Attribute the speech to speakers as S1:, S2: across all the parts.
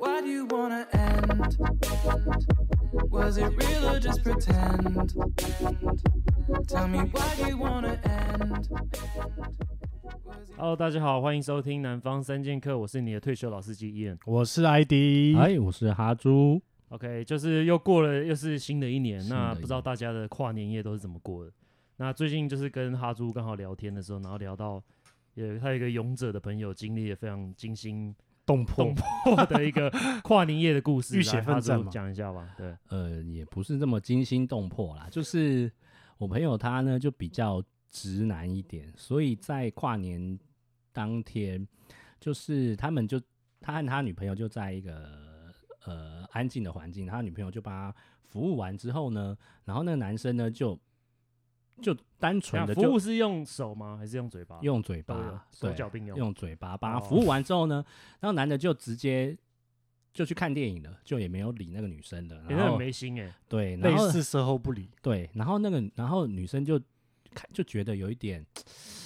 S1: how'd you wanna end? Was it real or just pretend? Tell me why'd you wanna end? Was it-
S2: Hello，大家好，欢迎收听《南方三剑客》，我是你的退休老司机 Ian。
S3: 我是 ID，
S4: 哎，我是哈猪，
S2: OK，就是又过了，又是新的一年，
S4: 新的一
S2: 那
S4: 年
S2: 不知道大家的跨年夜都是怎么过的？那最近就是跟哈猪刚好聊天的时候，然后聊到有他有一个勇者的朋友经历了非常惊心
S3: 动
S2: 动
S3: 破，
S2: 魄的一个跨年夜的故 事，
S3: 浴血
S2: 来哈
S3: 奋战
S2: 猪
S3: 嘛
S2: 讲一下吧。对，
S4: 呃，也不是这么惊心动魄啦，就是我朋友他呢就比较直男一点，所以在跨年当天，就是他们就他和他女朋友就在一个呃安静的环境，他女朋友就帮他服务完之后呢，然后那个男生呢就就单纯
S2: 那
S4: 的
S2: 啊服
S4: 就
S2: 务是用手吗？还是用嘴巴？
S4: 用嘴
S2: 都有
S4: 巴，
S2: 手
S4: 对
S2: 脚并用
S4: 用嘴巴帮他
S2: 哦
S4: 服务完之后呢， 然后男的就直接就去看电影了，就也没有理那个女生的，
S2: 你
S4: 然
S2: 那很
S4: 后
S2: 没心哎、
S4: 对，然
S3: 类
S4: 后
S3: 似售后不理，
S4: 对，然后那个然后女生就看就觉得有一点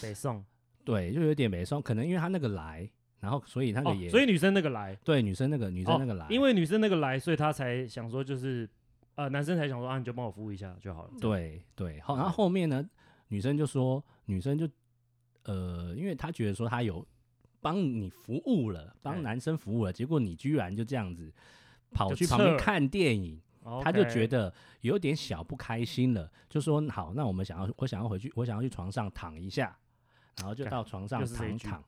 S2: 北宋
S4: 对，就有点没送，可能因为他那个来，然后所以那个
S2: 哦
S4: 也、，
S2: 所以女生那个来，
S4: 对女生那个女生
S2: 哦
S4: 那个来，
S2: 因为女生那个来，所以他才想说就是，呃，男生才想说啊，你就帮我服务一下就好了。
S4: 对对，后然
S2: 哦
S4: 后后面呢，女生就说女生就呃，因为她觉得说她有帮你服务了，
S2: 对
S4: 帮男生服务了，结果你居然就这样子跑
S2: 就
S4: 去旁
S2: 撤
S4: 边
S2: 了
S4: 看电影，
S2: OK，
S4: 他就觉得有点小不开心了，就说好，那我们想要我想要回去，我想要去床上躺一下，然后就
S2: 干
S4: 到床上
S2: 又是这一
S4: 躺一
S2: 句
S4: 躺，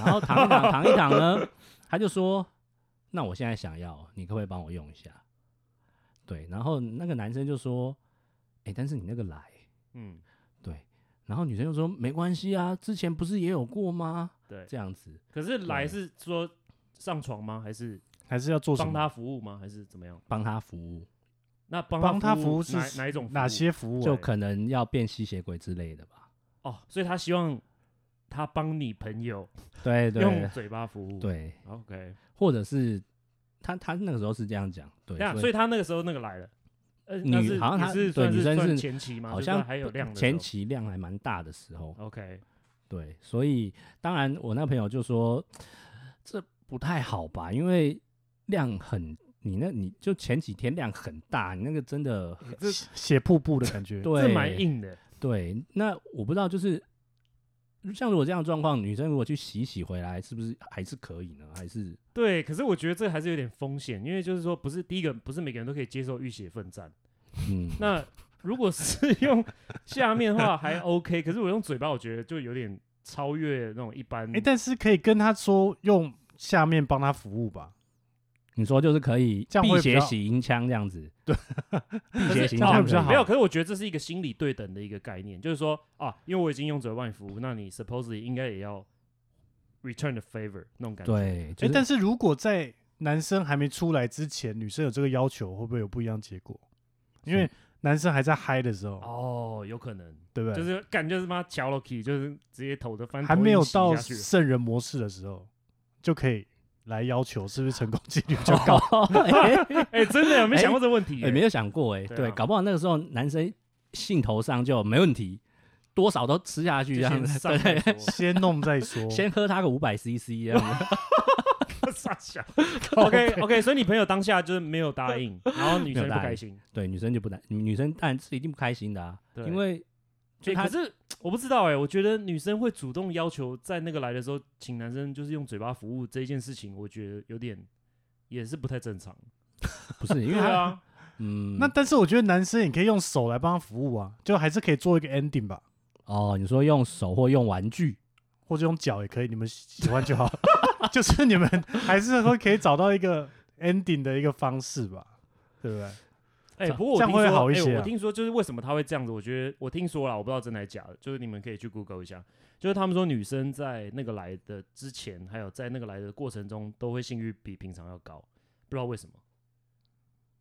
S4: 然后躺一躺躺一躺呢，他就说，那我现在想要，你可不可以帮我用一下？对，然后那个男生就说，哎、但是你那个来，
S2: 嗯，
S4: 对，然后女生就说没关系啊，之前不是也有过吗？
S2: 对。
S4: 这样子，
S2: 可是来
S4: 对
S2: 是说上床吗？还是
S3: 还是要做什
S2: 帮
S3: 么？
S2: 他服务吗？还是怎么样？
S4: 帮他服务，
S2: 那帮
S3: 帮
S2: 他
S3: 他服务是
S2: 哪哪一种？
S3: 哪？些服务啊？
S4: 就可能要变吸血鬼之类的吧。
S2: 哦，所以他希望他帮你朋友
S4: 对对
S2: 用嘴巴服务。
S4: 对。
S2: ，OK。
S4: 或者是他他那个时候是这样讲，对
S2: 这，样，所
S4: 所
S2: 以
S4: 以
S2: 他那个时候那个来了，呃，
S4: 女
S2: 那是
S4: 好像
S2: 也
S4: 他
S2: 是
S4: 对
S2: 算
S4: 女生
S2: 算
S4: 是
S2: 前期嘛，
S4: 好
S2: 就
S4: 像
S2: 算还有量的时候哦
S4: 前期量还蛮大的时候，
S2: OK，
S4: 对，所以当然我那朋友就说这不太好吧，因为量很，你那你就前几天量很大，你那个真的很
S3: 这血瀑布的感觉，
S4: 对
S2: 这蛮硬的。
S4: 对，那我不知道就是。像如果这样的状况，女生如果去洗一洗回来，是不是还是可以呢？还是
S2: 对，可是我觉得这还是有点风险，因为就是说，不是第一个，不是每个人都可以接受浴血奋战。
S4: 嗯，
S2: 那如果是 用下面的话还 OK，可是我用嘴巴，我觉得就有点超越那种一般。
S3: 哎、但是可以跟他说用下面帮他服务吧，
S4: 你说就是可以
S3: 这样
S4: 辟
S3: 会比
S4: 邪
S3: 较
S4: 洗银枪这样子，
S2: 可是
S4: 辟邪洗银
S3: 这样会
S4: 枪
S3: 比较
S4: 可以
S3: 好
S2: 没有，可是我觉得这是一个心理对等的一个概念，就是说啊，因为我已经用嘴帮你服务，那你 supposedly 应该也要 return the favor 那种感觉。
S4: 对，
S3: 哎、
S4: 就是
S3: 但是如果在男生还没出来之前，女生有这个要求，会不会有不一样结果？因为男生还在嗨的时候，
S2: 哦，有可能，
S3: 对不对？
S2: 就是感觉是妈乔洛 key，就是直接头的翻，
S3: 还没有
S2: 头
S3: 到
S2: 一洗下去
S3: 圣人模式的时候，就可以来要求，是不是成功几 率比较高？
S4: 哦哎
S2: 哎、真的有没 有想过这个问题、
S4: 哎、没有想过哎、
S2: 对啊
S4: 对，搞不好那个时候男生兴头上就没问题，多少都吃下去
S2: 就
S4: 这样
S2: 先
S4: 子，
S2: 上再
S4: 对，
S2: 说。
S3: 先弄再说，
S4: 先喝他个五百 CC 这样子，
S2: 傻笑。OK OK，所以你朋友当下就是没有答 应，然后女生
S4: 没有
S2: 不
S4: 答应
S2: 开心。
S4: 对，女生就不难，女生当然是一定不开心的啊，
S2: 对
S4: 因为就
S2: 欸
S4: 他
S2: 可是我不知道哎、我觉得女生会主动要求在那个来的时候，请男生就是用嘴巴服务这一件事情，我觉得有点也是不太正常。
S4: 不 是因为
S2: 对
S4: 他，
S2: 啊，
S4: 嗯，
S3: 那但是我觉得男生也可以用手来帮他服务啊，就还是可以做一个 ending 吧，
S4: 哦，你说用手或用玩具，
S3: 或者用脚也可以，你们喜欢就 好。就是你们还是会可以找到一个 ending 的一个方式吧，对不对？
S2: 哎、
S4: 这样
S2: 不过我
S3: 这
S2: 听
S3: 样
S2: 说，
S3: 会好一
S2: 欸
S3: 些啊
S2: 我听说就是为什么他会这样子，我觉得我听说了，我不知道真的还假的，就是你们可以去 Google 一下，就是他们说女生在那个来的之前，还有在那个来的过程中，都会性欲比平常要高，不知道为什么。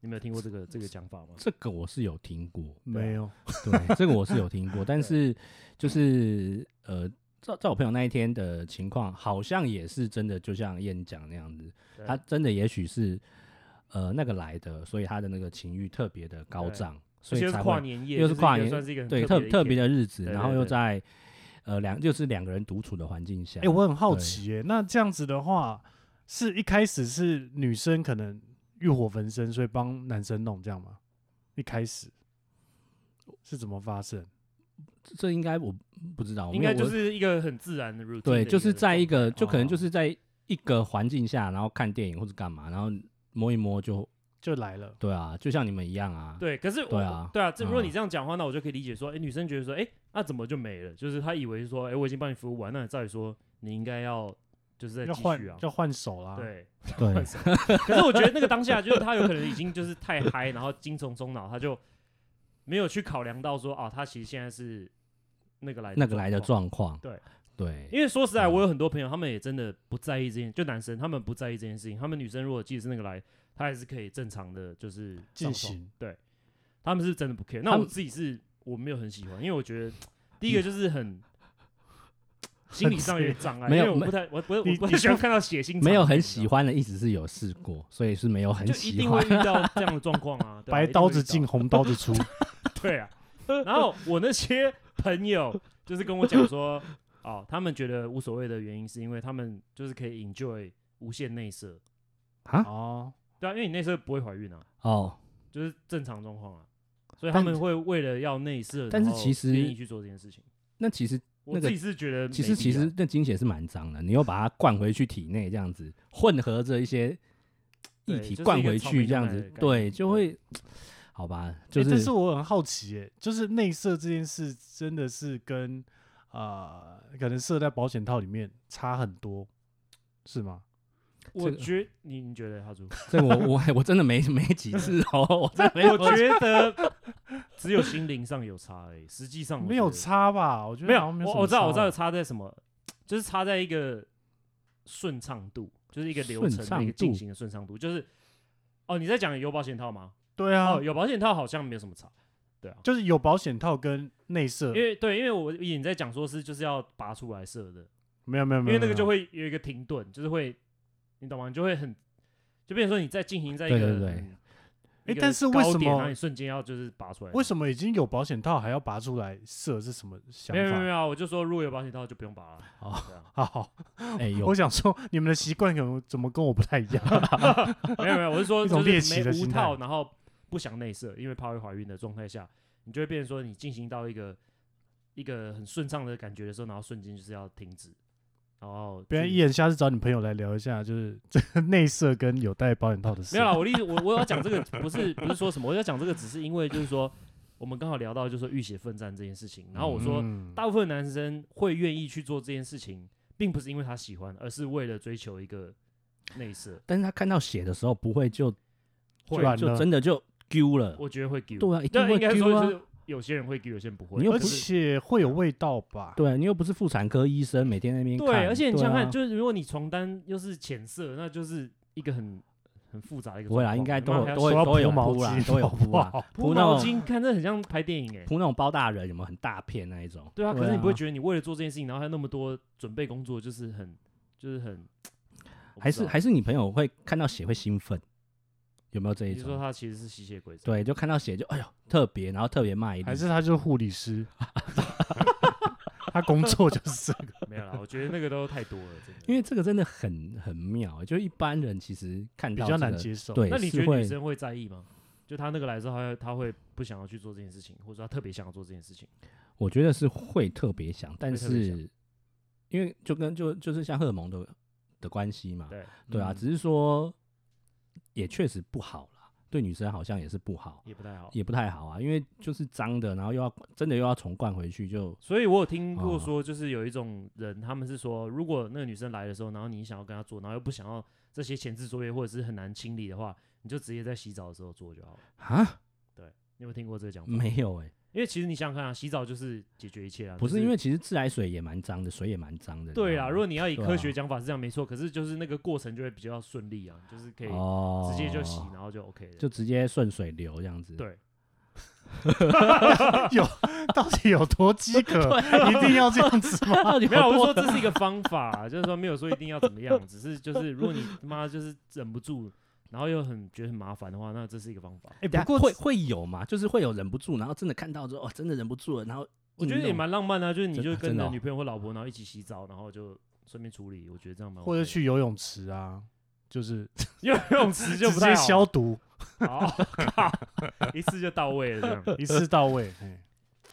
S2: 你没有听过这个这个讲法 吗？
S4: 这个我是有听过，
S3: 没有，
S4: 对，啊这个我是有听 过，但
S2: 嗯
S4: 是就是呃。照照我朋友那一天的情况，好像也是真的，就像燕讲那样子，
S2: 对啊
S4: 他真的也许是呃那个来的，所以他的那个情欲特别的高
S2: 对
S4: 涨，所
S2: 而
S4: 以
S2: 且又是
S4: 才
S2: 跨
S4: 会
S2: 年夜，
S4: 又
S2: 就是一
S4: 跨
S2: 个
S4: 年
S2: 算是一个很
S4: 对
S2: 特
S4: 特特别
S2: 的一天。
S4: 的日子，
S2: 对
S4: 然
S2: 对
S4: 后又
S2: 对
S4: 在呃两就是两个人独处的环境下
S3: 哎、，我很好
S4: 对
S3: 奇耶、那这样子的话，是一开始是女生可能欲火焚身，所以帮男生弄这样吗？一开始是怎么发生？
S4: 这这应该我不知道，
S2: 应该
S4: 没有
S2: 就
S4: 我
S2: 是一个很自然的 routine 的
S4: 对，
S2: 一
S4: 就是在一个，
S2: 状态
S4: 就可能
S3: 哦
S4: 就是在一个环境下，然后看电影或者干嘛，然后摸一摸就
S3: 就来了，
S4: 对啊，就像你们一样啊。，
S2: 对，可是我
S4: 对啊
S2: 对啊，这如果
S4: 嗯
S2: 你这样讲话，那我就可以理解说，哎，女生觉得说，哎，那怎么就没了？就是她以为说，哎，我已经帮你服务完，那你照理说你应该要就是在
S3: 要
S2: 继
S3: 换
S2: 续啊，
S3: 要换手啦。，
S2: 对。
S4: 对
S2: 可是我觉得那个当下，就是她有可能已经就是太嗨，然后精虫中脑，她就没有去考量到说，哦，她其实现在是那个来
S4: 那个来的
S2: 状况。
S4: 状嗯况，
S2: 对
S4: 对，
S2: 因为说实在，我有很多朋友，他们也真的不在意这件，就男生他们不在意这件事情。他们女生如果即使是那个来，他还是可以正常的，就是
S3: 进
S2: 上床
S3: 行。
S2: 对，他们是真的不 care。那我
S4: 他们
S2: 自己是我没有很喜欢，因为我觉得第一个就是 很心理上有点障碍，
S4: 没有
S2: 因为我
S4: 没
S2: 不太我不我
S3: 你
S2: 不太
S3: 你不
S2: 喜欢看到血腥，
S4: 没有很喜，欢的意思是有试过，所以是没有很
S2: 就一
S4: 喜
S2: 定会
S4: 欢。
S2: 遇到这样的状况 啊，对啊
S3: 白刀子，
S2: 一定会遇
S3: 进，
S2: 到
S3: 红刀子出。
S2: 对啊。然后我那些朋友就是跟我讲说， 哦，他们觉得无所谓的原因是因为他们就是可以 enjoy 无限内射，
S3: 哦，
S2: 对啊，因为你内射不会怀孕啊，
S4: 哦，
S2: 就是正常状况啊，所以他
S4: 但
S2: 们会为了要内射，
S4: 但是
S2: 然后
S4: 其实
S2: 愿意去做这件事情。
S4: 那其实
S2: 我
S4: 那个
S2: 自己是觉得没必
S4: 其
S2: 要，
S4: 实其实那精血是蛮脏的，你又把它灌回去体内，这样子混合着一些
S2: 对
S4: 液体
S2: 就是
S4: 灌
S2: 一个
S4: 回
S2: 草
S4: 去，
S2: 莓
S4: 这
S2: 酱
S4: 样
S2: 奶
S4: 子
S2: 的，概
S4: 对，
S2: 念
S4: 就
S2: 对
S4: 会 好吧，
S3: 就、
S4: 就是
S3: 但是
S4: 是
S3: 我很好奇、欸，就是内射这件事真的是跟啊、呃可能射在保险套里面差很多，是吗？
S2: 我
S4: 这个
S2: 觉你你觉得哈 猪？
S4: 这个我我我真的没没几次哦， 我真的没有
S2: 我觉得只有心灵上有差而已，实际嗯上我
S3: 没有
S2: 觉
S3: 差吧？我觉
S2: 得，
S3: 得
S2: 没
S3: 好
S2: 有
S3: 像没有什
S2: 我
S3: 么
S2: 我知道我知道
S3: 差啊
S2: 有
S3: 吧
S2: 差在什么，就是差在一个顺畅度，就是一个流
S4: 顺
S2: 程的
S4: 畅
S2: 一个进
S4: 度
S2: 行的顺畅度，就是哦你在讲有保险套吗？
S3: 对啊，
S2: 哦有保险套好像没有什么差，对啊。
S3: 就是有保险套跟内射
S2: 因，为对，因为我以前在讲说是就是要拔出来射的，
S3: 没有没有
S2: 因
S3: 没
S2: 为
S3: 有，
S2: 那个就
S3: 会
S2: 会有一个停顿，就是会，你懂吗？你就会很，就变成说你在进行在一个
S4: 对
S2: 很，
S4: 对对
S2: 一
S3: 诶
S2: 个
S3: 哎但是为
S2: 高
S3: 什
S2: 点
S3: 么
S2: 然后你瞬间要就是拔出来？
S3: 为什么已经有保险套还要拔出来射是什么想
S2: 没有没有没
S3: 法？
S2: 有啊，我就说如果有保险套就不用拔了。
S4: 哦
S2: 对啊
S3: 好好，
S4: 哎有
S3: 我想说你们的习惯可能怎么跟我不太一样？
S2: 没有没有，我是说
S3: 一种
S2: 就是
S3: 猎奇的
S2: 没无
S3: 心态
S2: 套，然后不想内射，因为怕会怀孕的状态下，你就会变成说你进行到一个一个很顺畅的感觉的时候，然后瞬间就是要停止，然后
S3: 不然
S2: 去
S3: 一眼下次找你朋友来聊一下，就是这个内射跟有戴保险套的事。
S2: 没有啦，我的意思，我我要讲这个不是不是说什么，我要讲这个只是因为就是说，我们刚好聊到就是说浴血奋战这件事情，然后我说，
S3: 嗯
S2: 大部分男生会愿意去做这件事情，并不是因为他喜欢，而是为了追求一个内射，
S4: 但是他看到血的时候不 会就
S3: 会
S4: 就
S3: 软
S4: 就
S3: 了
S4: 真的就丢了，
S2: 我觉得会给，
S4: 对啊，一定
S2: 应
S4: 会
S2: 该
S4: 丢
S2: 说
S4: 啊
S2: 就，是有些人会给，有些人不会，
S4: 你又
S3: 而
S4: 不
S2: 就是
S3: 且会有味道吧？
S4: 对啊你又不是妇产科医生，每天在那边
S2: 对，
S4: 看
S2: 而且你想想
S4: 对啊
S2: 看，就是如果你床单又是浅色，那就是一个很很复杂的一个
S4: 不会啦，
S2: 状
S4: 应该
S2: 况
S4: 都
S2: 那还要
S4: 有都会
S3: 说到
S4: 都会有
S3: 铺毛
S4: 铺啦，
S3: 巾
S4: 都有铺啊
S3: 好不好，
S2: 铺
S4: 那
S2: 毛
S4: 种
S2: 巾，看这很像拍电影哎、
S4: 铺那种包大人有没有很大片那一种？
S2: 对啊，可是你不会觉得你为了做这件事情，然后还有那么多准备工作，就是很，就是很，我不啊
S4: 还
S2: 知
S4: 是
S2: 道
S4: 还是你朋友会看到血会兴奋，有没有这一
S2: 你说
S4: 种？
S2: 他其实是吸血鬼？，
S4: 对，就看到血就哎呦特别，然后特别卖力，
S3: 还是他就是护理 师， 他工作就是这个。
S2: 没有啦，我觉得那个都太多了，真的。
S4: 因为这个真的很很妙，欸就一般人其实看
S3: 比
S4: 到
S3: 较
S4: 这
S3: 难
S4: 个
S3: 接受。
S4: 对，
S2: 那你
S4: 是
S2: 觉得女
S4: 会
S2: 生会在意吗？就她那个来之后，她她会不想要去做这件事情，或者她特别想要做这件事情？
S4: 我觉得是会特别想，但
S2: 会特别想
S4: 是因为就跟就就是像荷尔蒙的的关系嘛，
S2: 对，
S4: 对啊，
S3: 嗯
S4: 只是说也确实不好啦，对女生好像也是不好，
S2: 也不太好。
S4: 也不太好啊，因为就是脏的，然后又要真的又要重灌回去就，
S2: 所以我有听过
S4: 哦
S2: 说，就是有一种人，他们是说，如果那个女生来的时候，然后你想要跟她做，然后又不想要这些前置作业或者是很难清理的话，你就直接在洗澡的时候做就好了。
S4: 啊
S2: 你有没有听过这个讲法？
S4: 没有哎、
S2: 因为其实你想想看啊，洗澡就是解决一切啊，
S4: 不
S2: 就是
S4: 因为其实自来水也蛮脏的，水也蛮脏的。
S2: 对
S4: 啊，
S2: 啦，如果你要以
S4: 对
S2: 科
S4: 啊
S2: 学讲法是这样没错，可是就是那个过程就会比较顺利啊，就是可以
S4: 哦
S2: 直接就洗，然后就 OK 了。
S4: 就直接顺水流这样子。
S2: 对，
S3: 有到底有多 饥渴，
S4: 啊
S3: 一定要这样子吗？
S4: 到底
S2: 没有，我是说
S4: 多
S2: 这是一个方法啊、就是说没有说一定要怎么样，只是就是如果你他妈就是忍不住，然后又很觉得很麻烦的话，那这是一个方法。
S3: 哎、
S4: 等
S3: 不
S4: 下
S3: 过
S4: 会会有嘛，就是会有忍不住，然后真的看到之后，哦，真的忍不住了，然后
S2: 我觉得也
S4: 运动
S2: 蛮浪漫的、啊，就是你
S4: 真
S2: 就
S4: 的
S2: 跟
S4: 真
S2: 你
S4: 的
S2: 的
S4: 哦
S2: 女朋友或老婆，然后一起洗澡，然后就顺便处理，我觉得这样蛮 OK 的。
S3: 或者去游泳池啊，就是
S2: 游泳池就
S3: 直
S2: 不
S3: 接
S2: 太
S3: 消 毒，
S2: 好，好靠，一次就到位了 这样。
S3: 一次到位。哎、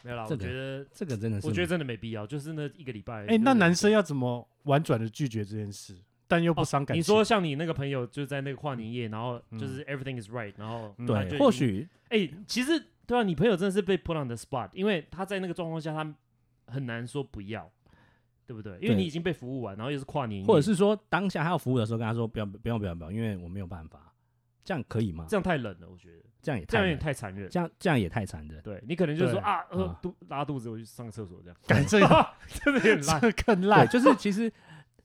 S2: 没有啦，
S4: 这
S2: 我
S4: 个
S2: 觉得
S4: 这个真的是
S2: 我觉得真的没必要，就是那一个礼拜。
S3: 哎那男生要怎么婉转的拒绝这件事，但又
S4: 哦
S3: 不伤感情？
S2: 你说像你那个朋友，就在那个跨年夜，然后就是 everything is right，然后
S3: 嗯
S2: 他就已
S4: 嗯对，
S2: 经
S4: 或许
S2: 哎、其实对啊，你朋友真的是被 put on the spot，因为他在那个状况下，他很难说不要，对不对？因为
S4: 对
S2: 你已经被服务完，然后又是跨年夜，
S4: 或者是说当下他要服务的时候跟他说不要不要不要不要，因为我没有办法，这样可以吗？
S2: 这样太冷了，我觉得
S4: 这样也
S2: 这
S4: 太
S2: 样有点
S4: 难
S2: 太残忍。
S4: 这样这样也太残忍。
S2: 对你可能就说
S3: 对
S2: 啊，呃
S4: 啊，
S2: 肚拉肚子，我去上个厕所这样，
S3: 感 这个
S2: 真的很烂。
S3: 这更
S4: 对，
S3: 烂，
S4: 就是其实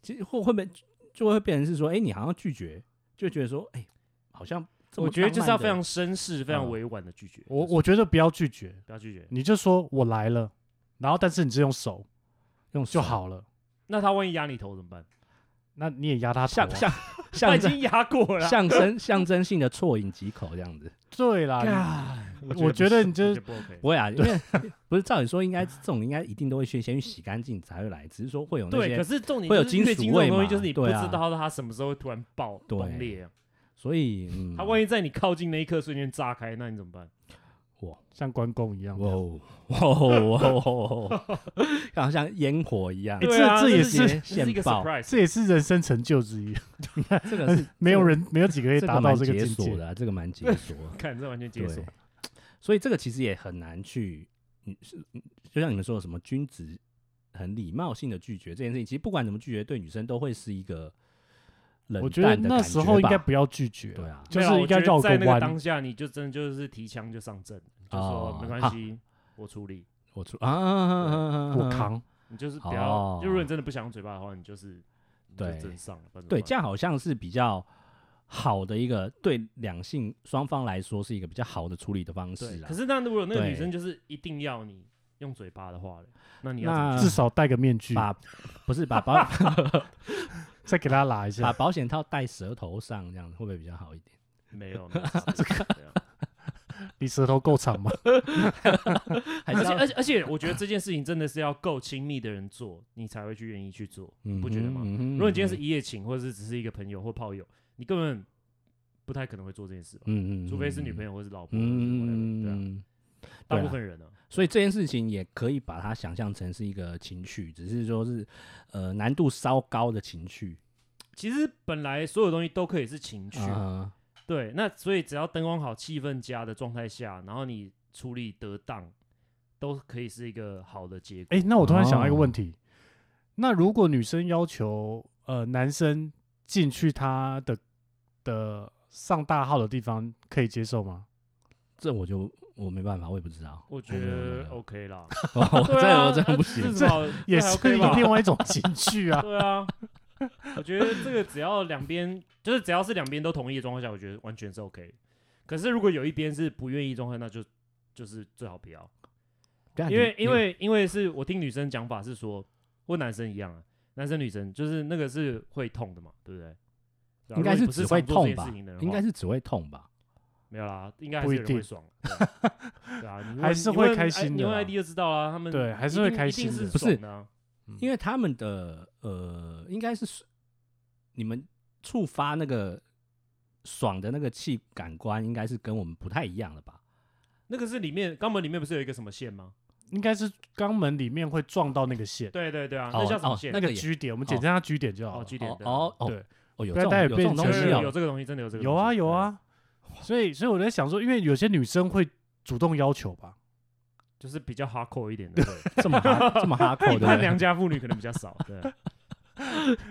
S4: 其实会会被就会变成是说，哎、你好像拒绝，就觉得说，哎、好像这么
S2: 我觉得就是要
S4: 浪漫的
S2: 非常绅士、非常
S4: 嗯
S2: 委婉的拒绝。
S3: 我
S2: 就是
S3: 我觉得不要拒绝，
S2: 不要拒绝。
S3: 你就说我来了，然后但是你是用手
S4: 用
S3: 就
S4: 手
S3: 好了，
S2: 那他万一压你头怎么办？
S3: 那你也压他头、啊
S4: 象。象
S2: 他
S4: 象
S2: 已经
S4: 征
S2: 压过 了啊。
S4: 象征象征性的啜饮几口这样子。
S3: 对啦，
S2: 啊
S3: 我
S2: 我
S3: 觉得你
S2: 这
S3: 就
S2: 不 OK。
S4: 不会啊，因为不是照理说应该这种应该一定都会先先去洗干净才会来，只是说会有那
S2: 对，可
S4: 些，
S2: 是重点
S4: 会有
S2: 就是
S4: 金
S2: 月
S4: 属
S2: 经这
S4: 味
S2: 种东西，
S4: 嘛
S2: 就是你不
S4: 对
S2: 知
S4: 啊
S2: 道它什么时候会突然爆
S4: 对
S2: 崩裂啊。
S4: 所以嗯，
S2: 他万一在你靠近那一刻瞬间炸开，那你怎么办？
S3: 像关公一样这
S4: 哇
S3: 样。
S4: 哦哇哦哇哦，好像烟火一样
S3: 哎，
S2: 对啊，
S3: 这这也
S2: 是这
S3: 是
S2: 是一个
S4: 现爆
S2: surprise。
S3: 这也是人生成就之一，
S4: 这个是
S3: 没有人 没有几个可以
S4: 这
S3: 达
S4: 个
S3: 到
S4: 蛮
S3: 这个
S4: 解
S3: 境
S4: 锁
S3: 界。
S4: 的啊，这个蛮解锁的。
S2: 看，这完全解
S4: 对，
S2: 锁。
S4: 所以这个其实也很难去，你是嗯就像你们说的什么君子很礼貌性的拒绝这件事情，其实不管怎么拒绝，对女生都会是一个冷
S3: 我觉得
S4: 淡的
S3: 那
S4: 感
S3: 时候应该
S4: 吧
S3: 不要拒绝，
S4: 对啊，
S3: 就
S2: 没有
S3: 是
S2: 啦
S3: 应该
S2: 我觉得
S3: 绕
S2: 在那个
S3: 弯。
S2: 当下，你就真的就是提枪就上阵，就
S4: 哦
S2: 说没关系，我处理。
S4: 我出啊啊，
S3: 我。扛，
S2: 你就是不要
S4: 哦，
S2: 就如果你真的不想用嘴巴的话，你就是你就
S4: 对
S2: 真上了。
S4: 对，这
S2: 样
S4: 样好像是比较好的一个对两性双方来说是一个比较好的处理的方式
S2: 对。
S4: 啦
S2: 可。是那如果那个
S4: 啊对
S2: 女生就是一定要你用嘴巴的话嘞，那你要怎么
S4: 那
S3: 至少戴个面具，
S4: 嗯把不是把保
S3: 再给他拉一
S4: 把
S3: 下。
S4: 保险套戴舌头上，这样会不会比较好一点？
S2: 没有， 没有这个没有
S3: 你舌头够长吗？
S4: 还
S2: 而
S4: 是
S2: 且
S4: 要
S2: 而且而且，我觉得这件事情真的是要够亲密的人做，你才会去愿意去做，
S4: 嗯
S2: 你不觉得吗？
S4: 如
S2: 如果你今天是一夜情，或者是只是一个朋友或炮友，你根本不太可能会做这件事吧？
S4: 嗯嗯，
S2: 除非是女朋
S4: 友，
S2: 友或是老婆，或者是 whatever，对啊，
S4: 嗯，
S2: 大
S4: 对啊
S2: 部分人啊，
S4: 所以这件事情也可以把它想象成是一个情绪，只是说是呃难度稍高的情绪。
S2: 其实本来所有东西都可以是情绪，
S4: 啊
S2: 对，那所以只要灯光好、气氛佳的状态下，然后你处理得当，都可以是一个好的结果。
S3: 哎，那我突然想到一个问
S4: 哦
S3: 题，那如果女生要求呃男生进去他的的上大号的地方，可以接受吗？
S4: 这我就我没办法，我也不 知道。
S2: 我觉
S4: 没有没有没
S2: 得
S4: 有
S2: OK 啦，
S4: 哦我
S2: 对
S4: 这
S2: 啊
S4: 我真的
S2: 啊
S4: 不行
S2: 这。是好这
S3: 也
S2: 还
S3: 是
S2: OK 吧
S3: 另外一种情绪 啊。
S2: 对啊，我觉得这个只要两边， 就是只要是两边都同意的状况下，我觉得完全是 OK。可是如果有一边是不愿意的状况，那就就是最好不要，
S4: 干
S2: 因为
S4: 你
S2: 因为因为是我听女生讲法是说，或男生一样啊，男生女生就是那个是会痛的嘛，对不对？对啊
S4: 应该
S2: 如果你
S4: 是
S2: 不
S4: 只
S2: 是
S4: 会
S2: 常做这
S4: 痛
S2: 件
S4: 吧
S2: 事情的人，的话嗯
S4: 应该是只会痛吧。
S2: 没有啦，应该还
S3: 不
S2: 是
S3: 一
S2: 有人会
S3: 定
S2: 爽的，对 啊对啊，你问
S3: 还是
S2: 你
S3: 会
S2: 问
S3: 开
S2: 哎
S3: 心
S2: 你
S3: 的
S2: 问
S3: 啦
S2: ID 就知道啦，他们
S3: 对还是
S2: 一
S3: 会
S2: 定
S3: 开
S2: 一定
S3: 心的
S2: 是
S4: 不是
S2: 爽的啊，
S4: 因为他们的呃，应该是你们触发那个爽的那个气感官，应该是跟我们不太一样了吧？
S2: 那个是里面肛门里面不是有一个什么线吗？
S3: 应该是肛门里面会撞到那个线，
S2: 对对对啊，
S4: 哦
S2: 那叫什么
S4: 哦
S2: 线？
S3: 那
S4: 那个
S3: 个
S4: 也
S3: 居点，我们
S4: 哦
S3: 简称它居点就好
S2: 哦
S3: 了。
S2: 据点
S4: 哦
S2: 的
S4: 哦
S3: 对
S4: 哦哦，有
S3: 不
S4: 这
S3: 要
S4: 种
S3: 带
S4: 有这种
S3: 变
S4: 东
S3: 成
S4: 西
S2: 有有
S4: 哦。
S2: 这个东西，真的有这个东
S3: 有
S2: 西。
S3: 啊有
S2: 对，
S3: 啊，所以所以我在想说，因为有些女生会主动要求吧，
S2: 就是比较 hardcore 一点 的，对
S4: 这么哈这么哈口
S2: 一
S4: 的
S2: 般
S4: 人，
S2: 良家妇女可能比较少。对，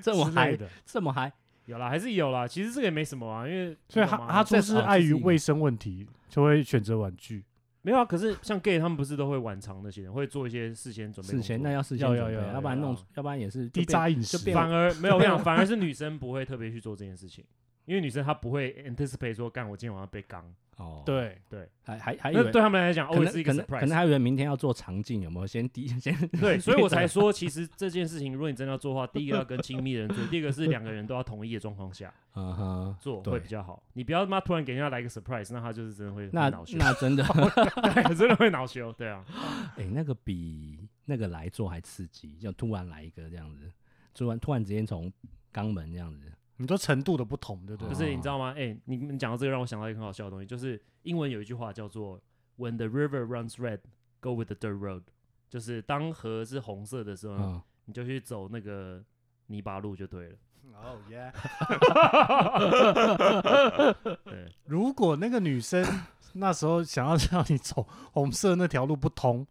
S4: 这么
S3: 之类
S4: 嗨
S3: 的。
S4: 这么嗨，
S2: 有啦，还是有啦。其实这个也没什么啊，因为
S3: 所以
S2: 你懂
S3: 哈
S2: 吗啊
S3: 哈猪
S4: 这
S3: 是
S4: 哦这
S3: 碍
S4: 是
S3: 于
S4: 一个
S3: 卫生问题，就会选择婉拒。
S2: 没有啊。可是像 gay 他们不是都会晚场那些人，会做一些事先准备工
S4: 事
S2: 作。
S4: 前那要事先
S3: 要
S4: 准备，
S3: 要要
S4: 要不然
S2: 要
S4: 弄
S2: 要，
S4: 要不然也是就
S3: 低
S4: 变
S3: 渣饮食
S4: 就，变
S2: 反而没有，我跟你 讲，反而是女生不会特别去做这件事情，因为女生她不会 anticipate 说，干我今天晚上被刚。
S4: 哦，，
S3: 对，
S4: 还还哎还以
S2: 那
S4: 为
S2: 对他们来讲
S4: 可
S2: ，always 是
S4: 能
S2: 一个
S4: 可能可能
S2: surprise。
S4: 还以为明天要做肠镜，有没有先低先
S2: 对，所以我才说，其实这件事情，如果你真的要做的话，第一个要跟亲密的人做，第二个是两个人都要同意的状况下。
S4: 嗯哼
S2: 做会
S4: 对
S2: 比较好。你不要他妈突然给人家来个 surprise，那他就是真的会
S4: 那
S2: 会恼羞，
S4: 那真 的
S2: 对，真的会恼羞。对啊，
S4: 哎、那个比那个来做还刺激，就突然来一个这样子，突然突然之间从肛门这样子，
S3: 你说程度的不同，对不对？
S2: 不是你知道吗？哎、你们讲到这个让我想到一个很好笑的东西，就是英文有一句话叫做 “When the river runs red, go with the dirt road”，就是当河是红色的时候，
S4: 嗯，
S2: 你就去走那个泥巴路就对了。
S3: 哦耶！
S2: 对，
S3: 如果那个 女生那时候想要让你走红色那条路不通，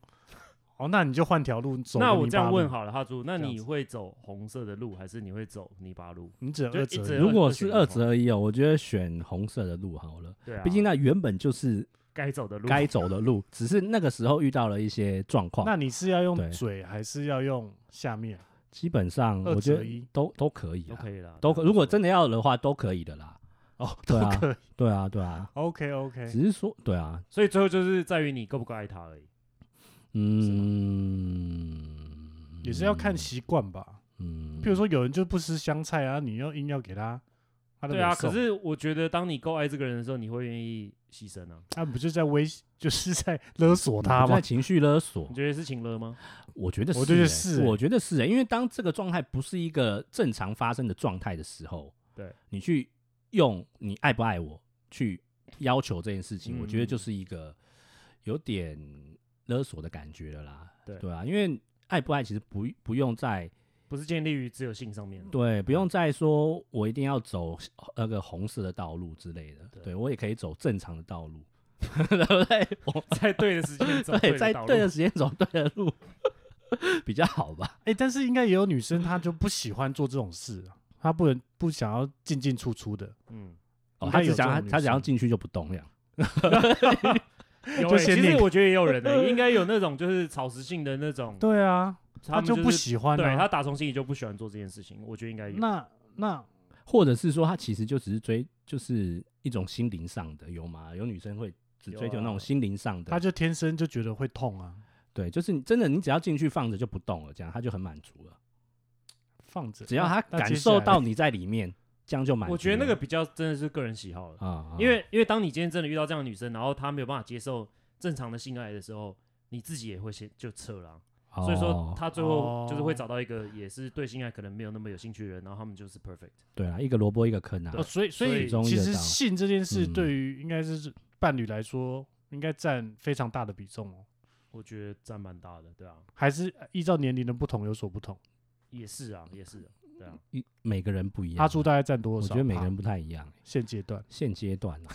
S3: 哦，那你就换条路走。
S2: 那我这样问，好了，哈猪，那
S3: 这样
S2: 你
S3: 子
S2: 会走红色的路，还是你会走泥巴路？
S3: 你只有
S2: 就
S3: 二
S2: 一
S3: 择
S2: 直
S3: 一
S2: 二
S4: 如果是
S2: 选一
S4: 二
S2: 嘛
S4: 择一哦，我觉得选红色的路好了，
S2: 对啊，
S4: 毕竟那原本就是
S2: 该走的路，
S4: 该走的路，只是那个时候遇到了一些状况。
S3: 那你是要
S4: 对
S3: 用嘴还是要用下面？
S4: 基本上
S3: 二
S4: 嗯我觉
S3: 择
S4: 得
S3: 一
S4: 都都可以
S2: 都
S4: 啊，
S2: 可以啦，
S4: 都
S2: 对
S4: 可。
S2: 啊
S4: 如果真的要的话，都可以的啦。
S3: 哦，
S4: 对
S3: 都
S4: 啊
S3: 可以。
S4: 对啊，对啊，
S3: OK OK，
S4: 只是说对啊，
S2: 所以最后就是在于你够不够爱他而已。
S4: 嗯，
S3: 也是要看习惯吧。
S4: 嗯，
S3: 譬如说有人就不吃香菜啊，你要硬要给他，他都
S2: 对
S3: 没
S2: 啊，
S3: 送
S2: 可是我觉得当你够爱这个人的时候，你会愿意牺牲啊？
S3: 他不就在威， 就是在勒索他
S4: 不
S3: 吗
S4: 在？情绪勒索
S3: 嗯
S2: 你，觉得是情勒吗？
S4: 我觉得是欸、
S3: 我觉得是欸
S4: 我觉得是欸、因为当这个状态不是一个正常发生的状态的时候，
S2: 对
S4: 你去用你爱不爱我去要求这件事
S2: 嗯
S4: 情，我觉得就是一个有点勒索的感觉了啦。
S2: 对
S4: 啊，因为爱不爱其实不不用在
S2: 不是建立于只有性上面。
S4: 对，不用再说我一定要走那个红色的道路之类的，对我也可以走正常的道路， 对不对？我
S2: 在对的时间走
S4: 对，
S2: 的
S4: 在
S2: 道路
S4: 对的时间走对的路 比较好吧。
S3: 哎、但是应该也有女生她就不喜欢做这种事啊，她不能不想要进进出出的，
S2: 嗯，
S4: 哦，
S3: 应
S4: 他
S3: 该
S4: 只
S3: 有
S4: 想
S3: 这
S4: 他
S3: 种
S4: 他
S3: 女
S4: 只要
S3: 生
S4: 进去就不动这样。
S2: 有
S3: 就
S2: 欸、
S3: 先
S2: 其实
S3: 练
S2: 我觉得也有人呢、欸 应该有那种就是草食性的那种，
S3: 对啊，
S2: 他
S3: 她
S2: 们
S3: 就是不喜欢、啊。
S2: 对他打从心里就不喜欢做这件事情，我觉得应该有。
S3: 那那
S4: 或者是说他其实就只是追，就是一种心灵上的，有吗？有女生会只
S2: 有
S4: 追求
S2: 啊
S4: 那种心灵上的，
S3: 她就天生就觉得会痛啊，
S4: 对，就是你真的你只要进去放着就不动了，这样他就很满足了。
S3: 放着。
S4: 只要
S3: 那
S4: 他
S3: 那
S4: 感
S3: 接下
S4: 受
S3: 来
S4: 到你在里面，这样就满足了。
S2: 我觉得那个比较真的是个人喜好了，
S4: 啊，啊
S2: 因为因为当你今天真的遇到这样的女生，然后她没有办法接受正常的性爱的时候，你自己也会先就撤了啊、所以说
S4: 哦
S2: 她最后就是会
S3: 哦
S2: 找到一个也是对性爱可能没有那么有兴趣的人，然后他们就是 perfect。
S4: 对啊，一个萝卜一个坑啊
S3: 哦，。所以所
S2: 所以
S3: 以
S4: 终于
S3: 其
S4: 得
S3: 实
S4: 到
S3: 性这件事
S4: 嗯
S3: 对于应该是伴侣来说，应该占非常大的比重哦。
S2: 我觉得占蛮大的，对啊，
S3: 还是呃依照年龄的不同有所不同。
S2: 也是啊，也是、啊，对啊，
S4: 一每个人不一样啊。
S3: 阿朱大概占多
S4: 我
S3: 少？
S4: 觉得每个人不太一样欸。
S3: 现阶段
S4: 现阶段啊，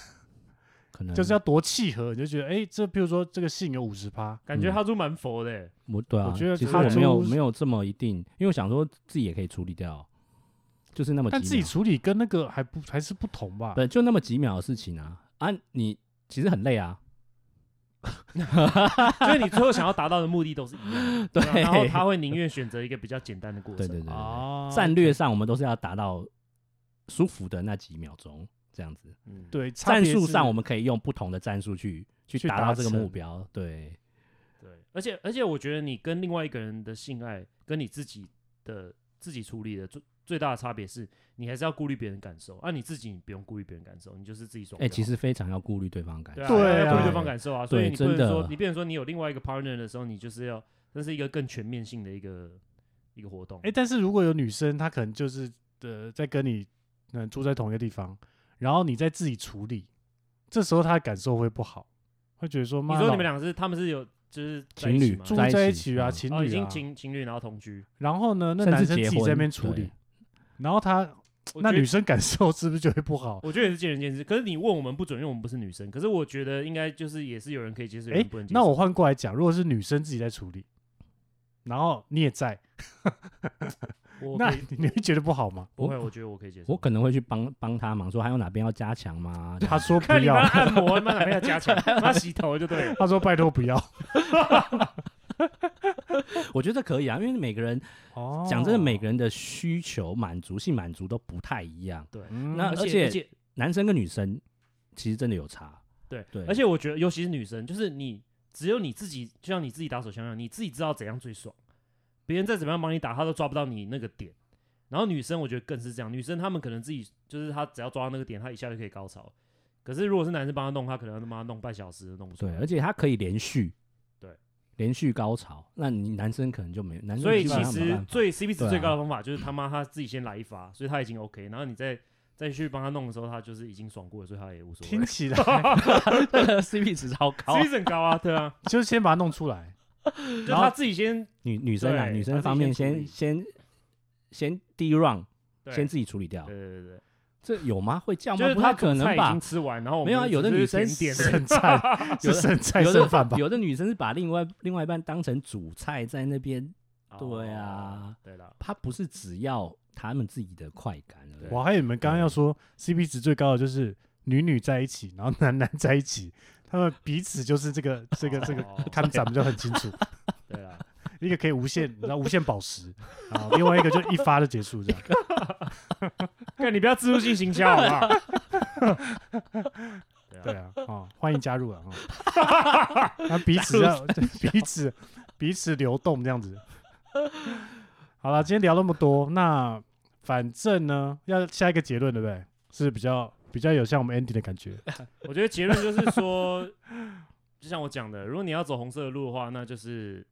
S4: 可能
S3: 就是要多契合，你就觉得哎、诶这比如说这个性有五十趴，
S2: 感觉
S4: 嗯
S2: 哈猪蛮佛的欸、
S4: 我对啊，
S3: 我觉得
S4: 其实
S3: 他
S4: 我没有
S3: 出
S4: 没有这么一定，因为我想说自己也可以处理掉，啊就是那么
S3: 但
S4: 几
S3: 自己
S4: 秒
S3: 处理跟那个还不还是不同吧？
S4: 对，就那么几秒的事情啊啊，你其实很累啊，
S2: 就是你最后想要达到的目的都是一 样的，
S4: 对
S2: 啊然后他会宁愿选择一个比较简单的过
S4: 对
S2: 程，
S4: 对对对
S3: 啊
S4: 战略上我们都是要达到舒服的那几秒钟这样子，
S2: 嗯，
S3: 对差
S4: 战
S3: 别
S4: 术
S3: 是
S4: 上我们可以用不同的战术去去
S3: 去
S4: 达
S3: 达
S4: 到这个目
S3: 成
S4: 标，对，
S2: 对，而且而且我觉得你跟另外一个人的性爱，跟你自己的自己处理的最最大的差别是，你还是要顾虑别人感受，啊，你自己你不用顾虑别人感受，你就是自己爽
S4: 哎、
S2: 就好。
S4: 其实非常要顾虑对方的感
S2: 对
S4: 受，
S2: 啊，
S3: 对
S2: 要顾虑
S3: 啊
S2: 对方感受啊，所以
S4: 对
S2: 你不能
S4: 真的
S2: 说，你变成说你有另外一个 partner 的时候，你就是要这是一个更全面性的一个一个活动。
S3: 哎、但是如果有女生，她可能就是呃，在跟你嗯住在同一个地方，然后你再自己处理，这时候她的感受会不好，会觉得说
S2: 你
S3: 妈
S2: 说
S3: 老
S2: 你们俩是他们是有就是在
S4: 情
S2: 一起
S4: 侣
S2: 吗
S3: 住
S4: 在一
S3: 在一
S4: 起
S3: 起啊，
S4: 嗯
S3: 情
S2: 哦，已
S3: 侣、
S2: 经
S3: 啊，
S2: 情情侣然后同居，
S3: 然后呢，那
S4: 甚
S3: 男
S4: 至
S3: 生
S4: 结
S3: 自己在那
S4: 婚
S3: 边处
S4: 对
S3: 理，然后她
S2: 我
S3: 那
S2: 觉得
S3: 女生感受是不是就会不 好？
S2: 我觉得也是见仁见智。可是你问我们不准，因为我们不是女生。可是我觉得应该就是也是有人可以接受，有
S3: 哎、
S2: 人不能接受。
S3: 那我换过来讲，如果是女生自己在处理，然后你也在，
S2: 我
S3: 那
S2: 可以
S3: 你会 觉得不好 吗？
S2: 不会，我觉得我可以接受。
S4: 我可能会去帮帮他忙，说还有哪边要加强吗？ 这样
S3: 她说不
S2: 看你
S3: 要
S2: 妈，按摩，妈哪边要加 强，妈洗头就对了。
S3: 她说拜托不要。
S4: 我觉得可以啊，因为每个人
S3: 哦
S4: 讲真的，每个人的需求满足性满足都不太一样。
S2: 对，
S3: 嗯
S4: 那而
S2: 且
S4: 且
S2: 而且
S4: 男生跟女生其实真的有差，
S2: 对
S4: 对
S2: 而且我觉得尤其是女生，就是你只有你自己，就像你自己打手枪一样，你自己知道怎样最爽，别人再怎么样帮你打，他都抓不到你那个点。然后女生我觉得更是这样，女生她们可能自己就是她只要抓到那个点，她一下就可以高潮。可是如果是男生帮她弄，她可能要他妈弄半小时都弄不出
S4: 对
S2: 来，。
S4: 而且它可以连续，
S2: 对，
S4: 连续高潮，那你男生可能就没，男生
S2: 所以
S4: 基
S2: 其
S4: 本上没
S2: 实
S4: 办法
S2: 最 CP 值
S4: 对啊
S2: 最高的方法就是他妈他自己先来一发，所以他已经 OK，然后你再再去帮他弄的时候，他就是已经爽过了，所以他也无所谓
S3: 听。起来
S4: CP 啊值超高
S2: CP 值很高啊，对啊，
S3: 就先把它弄出来。
S2: 就
S3: 然后
S2: 他自己先
S4: 女女生啊，
S2: 对
S4: 女
S2: 她
S4: 生
S2: 自己
S4: 方面
S2: 先处
S4: 先
S2: 理
S4: 先先第一 round
S2: 对
S4: 先自己处理掉
S2: 对，对对
S4: 这有吗？会这样
S2: 对，
S4: 吗？
S2: 就是
S4: 不
S2: 他
S4: 太可能
S2: 主菜已
S4: 吧
S2: 经？吃完，然后我们
S4: 没有啊有的
S2: 只是
S4: 女生
S2: 甜点
S3: 剩菜
S4: 有
S3: 是
S4: 的
S3: 剩菜
S4: 有的
S3: 剩饭吧？
S4: 有的女生是把另外另外一半当成主菜在那边，对
S2: 哦
S4: 啊，
S2: 对啦，
S4: 她不是只要他们自己的快感而
S2: 啊
S4: 已。
S3: 我还以为你们刚刚要说 CP 值最高的就是女女在一起，然后男男在一起，他们彼此就是这个这个这 个
S2: 哦，
S3: 他们咱们就很清楚，
S2: 对啦，
S3: 一个可以无限，你知道无限宝石，然后另外一个就一发就结束这样。
S2: 看你不要自助性行销好不好？
S3: 对啊，哦， 欢迎加入啊！哦那彼此要彼此彼此流动这样子。好了，今天聊那么多，那反正呢，要下一个结论对不对？是比较比较有像我们 Andy 的感觉，
S2: 我觉得结论就是说，就像我讲的，如果你要走红色的路的话，那就是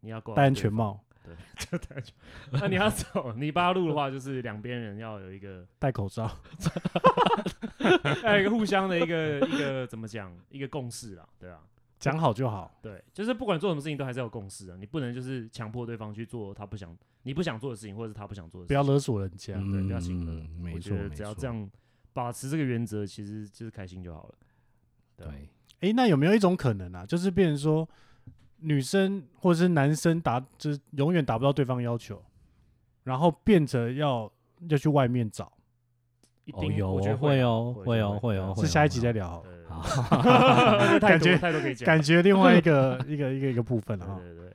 S2: 你要够
S3: 戴安全帽、
S2: 就戴安全帽。那你要走泥巴路的话，就是两边人要有一个，
S3: 戴口罩，
S2: 要有一个互相的一个一个怎么讲，一个共识啦，对啊，
S3: 讲好就好。
S2: 对，就是不管做什么事情都还是要有共识啊，你不能就是强迫对方去做他不想你不想做的事情，或者是他不想做的
S3: 不
S2: 事
S3: 要
S2: 情，
S3: 勒索人家。
S2: 对，啊不要行了
S4: 嗯，没
S2: 我
S4: 错
S2: 觉得，只要
S4: 没错
S2: 这，样把持这个原则，其实就是开心就好了。对啊
S4: 对，
S3: 诶，那有没有一种可能啊，就是变成说女生或者是男生达，就是永远达不到对方要求，然后变成要要去外面找？
S2: 一
S4: 哦
S2: 定
S4: 有
S2: 我觉得
S4: 哦会
S2: 啊
S4: 哦
S2: 我
S4: 会
S2: 觉得
S4: 哦会哦
S2: 对
S3: 是下一集再聊好了。
S2: 对
S4: 好，
S2: 太多
S3: 感觉
S2: 太多可以讲
S3: 感
S2: 了，
S3: 觉另外一 个一个一个一个部分了哈。
S2: 对对对，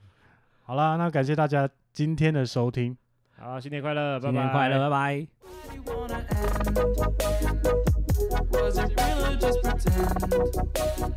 S3: 好啦，那感谢大家今天的收听。
S2: 好，新年快乐，拜
S4: 新
S2: 拜，
S4: 年快乐，拜拜。
S1: you wanna end? Was it real or just pretend?